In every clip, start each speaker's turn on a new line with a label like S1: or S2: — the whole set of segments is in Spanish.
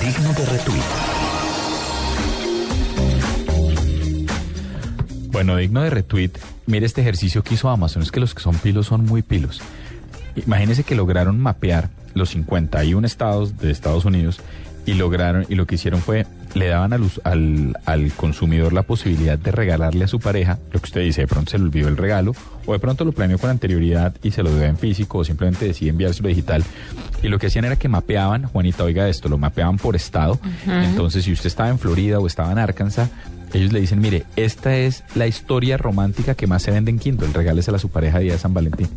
S1: digno de retweet.
S2: Bueno, digno de retweet, mire este ejercicio que hizo Amazon. Es que los que son pilos son muy pilos. Imagínense que lograron mapear los 51 estados de Estados Unidos y lograron y lo que hicieron fue le daban al, al, al, consumidor la posibilidad de regalarle a su pareja lo que usted dice, de pronto se le olvidó el regalo o de pronto lo planeó con anterioridad y se lo dio en físico o simplemente decide enviárselo digital. Y lo que hacían era que mapeaban, Juanita, oiga esto, lo mapeaban por estado. Uh -huh. Entonces, si usted estaba en Florida o estaba en Arkansas, ellos le dicen, mire, esta es la historia romántica que más se vende en Kindle, regálesela a su pareja día de San Valentín.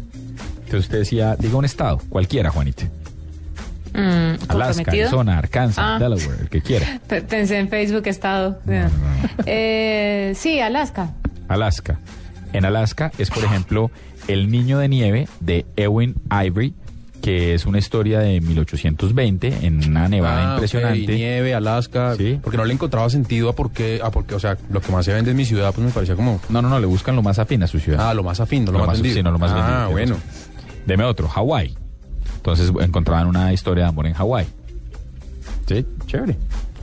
S2: Entonces usted decía, diga un estado, cualquiera, Juanita.
S3: Mm,
S2: Alaska, Arizona, Arkansas, ah. Delaware, el que quiera.
S3: Pensé en Facebook Estado. No, no, no. Eh, sí, Alaska.
S2: Alaska. En Alaska es, por ejemplo, El Niño de Nieve de Ewin Ivory, que es una historia de 1820 en una nevada ah, impresionante. Okay.
S4: Nieve, Alaska. ¿Sí? Porque no le encontraba sentido a por qué, a por qué, o sea, lo que más se vende en mi ciudad, pues me parecía como.
S2: No, no, no, le buscan lo más afín a su ciudad.
S4: Ah, lo más afín, no lo, lo más, vendido.
S2: Sí, no, lo más
S4: Ah,
S2: vendido,
S4: bueno.
S2: Deme otro, Hawái. Entonces encontraban una historia de amor en Hawái. Sí, chévere.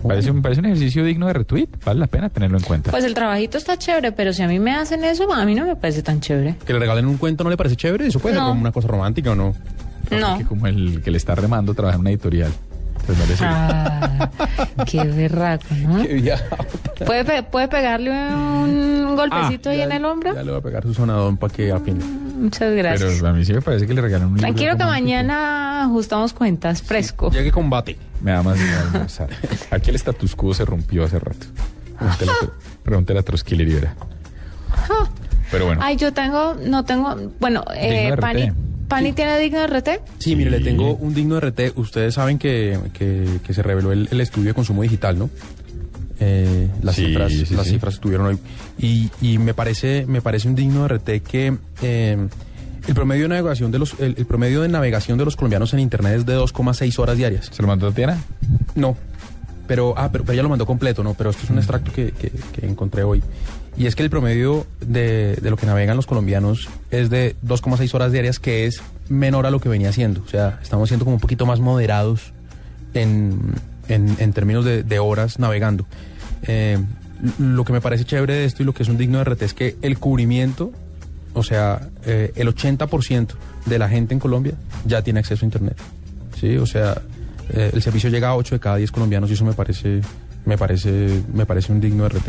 S2: Parece, me parece un ejercicio digno de retweet, vale la pena tenerlo en cuenta.
S3: Pues el trabajito está chévere, pero si a mí me hacen eso, a mí no me parece tan chévere.
S4: ¿Que le regalen un cuento no le parece chévere? ¿Eso puede no. ser como una cosa romántica o no?
S3: No.
S2: Así que como el que le está remando trabaja en una editorial. Pues Entonces,
S3: ¿no ah, qué berraco, ¿no?
S4: Qué
S3: ¿Puede, pe ¿Puede, pegarle un golpecito ah, ahí
S4: ya,
S3: en el hombro?
S4: Ya le voy a pegar su sonadón para que afine.
S3: Muchas gracias.
S2: Pero a mí sí me parece que le regalan un
S3: Tranquilo que mañana ajustamos cuentas, fresco.
S4: Sí, llegue combate.
S2: Me da más almorzar. Aquí el status quo se rompió hace rato. Pregúntale a Trotsky Libera. Pero bueno.
S3: Ah, Ay, yo tengo, no tengo, bueno, eh, Pani. ¿Pani sí. tiene digno de RT?
S4: Sí, sí, mire, le tengo un digno de RT. Ustedes saben que, que, que se reveló el, el, estudio de consumo digital, ¿no? Eh, las sí, cifras, las cifras estuvieron hoy. Y, y, me parece, me parece un digno de RT que eh, el promedio de navegación de los, el, el, promedio de navegación de los colombianos en internet es de 2,6 horas diarias.
S2: ¿Se lo mandó Tatiana?
S4: No. Pero, ah, pero, pero, ella lo mandó completo, ¿no? Pero esto es un extracto que, que, que encontré hoy. Y es que el promedio de, de, lo que navegan los colombianos es de 2,6 horas diarias, que es menor a lo que venía siendo. O sea, estamos siendo como un poquito más moderados en, en, en términos de, de, horas navegando. Eh, lo que me parece chévere de esto y lo que es un digno de RT es que el cubrimiento, o sea, eh, el 80% de la gente en Colombia ya tiene acceso a Internet. Sí, o sea, eh, el servicio llega a 8 de cada 10 colombianos y eso me parece, me parece, me parece un digno RT.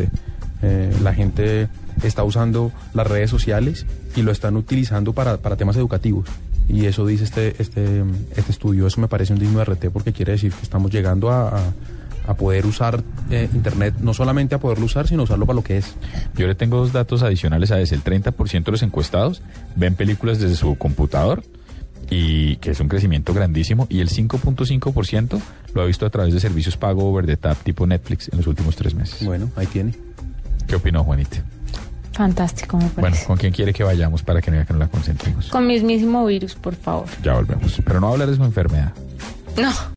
S4: Eh, la gente está usando las redes sociales y lo están utilizando para, para temas educativos. Y eso dice este, este, este, estudio, eso me parece un digno RT porque quiere decir que estamos llegando a, a, a poder usar eh, Internet, no solamente a poderlo usar, sino usarlo para lo que es.
S2: Yo le tengo dos datos adicionales a ese. El 30% de los encuestados ven películas desde su computador y que es un crecimiento grandísimo y el 5.5% lo ha visto a través de servicios pago over the tap tipo Netflix en los últimos tres meses.
S4: Bueno, ahí tiene.
S2: ¿Qué opinó Juanita?
S3: Fantástico, me parece.
S2: Bueno, ¿con quién quiere que vayamos para que no, que no la concentremos?
S3: Con mismísimo virus, por favor.
S2: Ya volvemos. Pero no hablar de su enfermedad.
S3: No.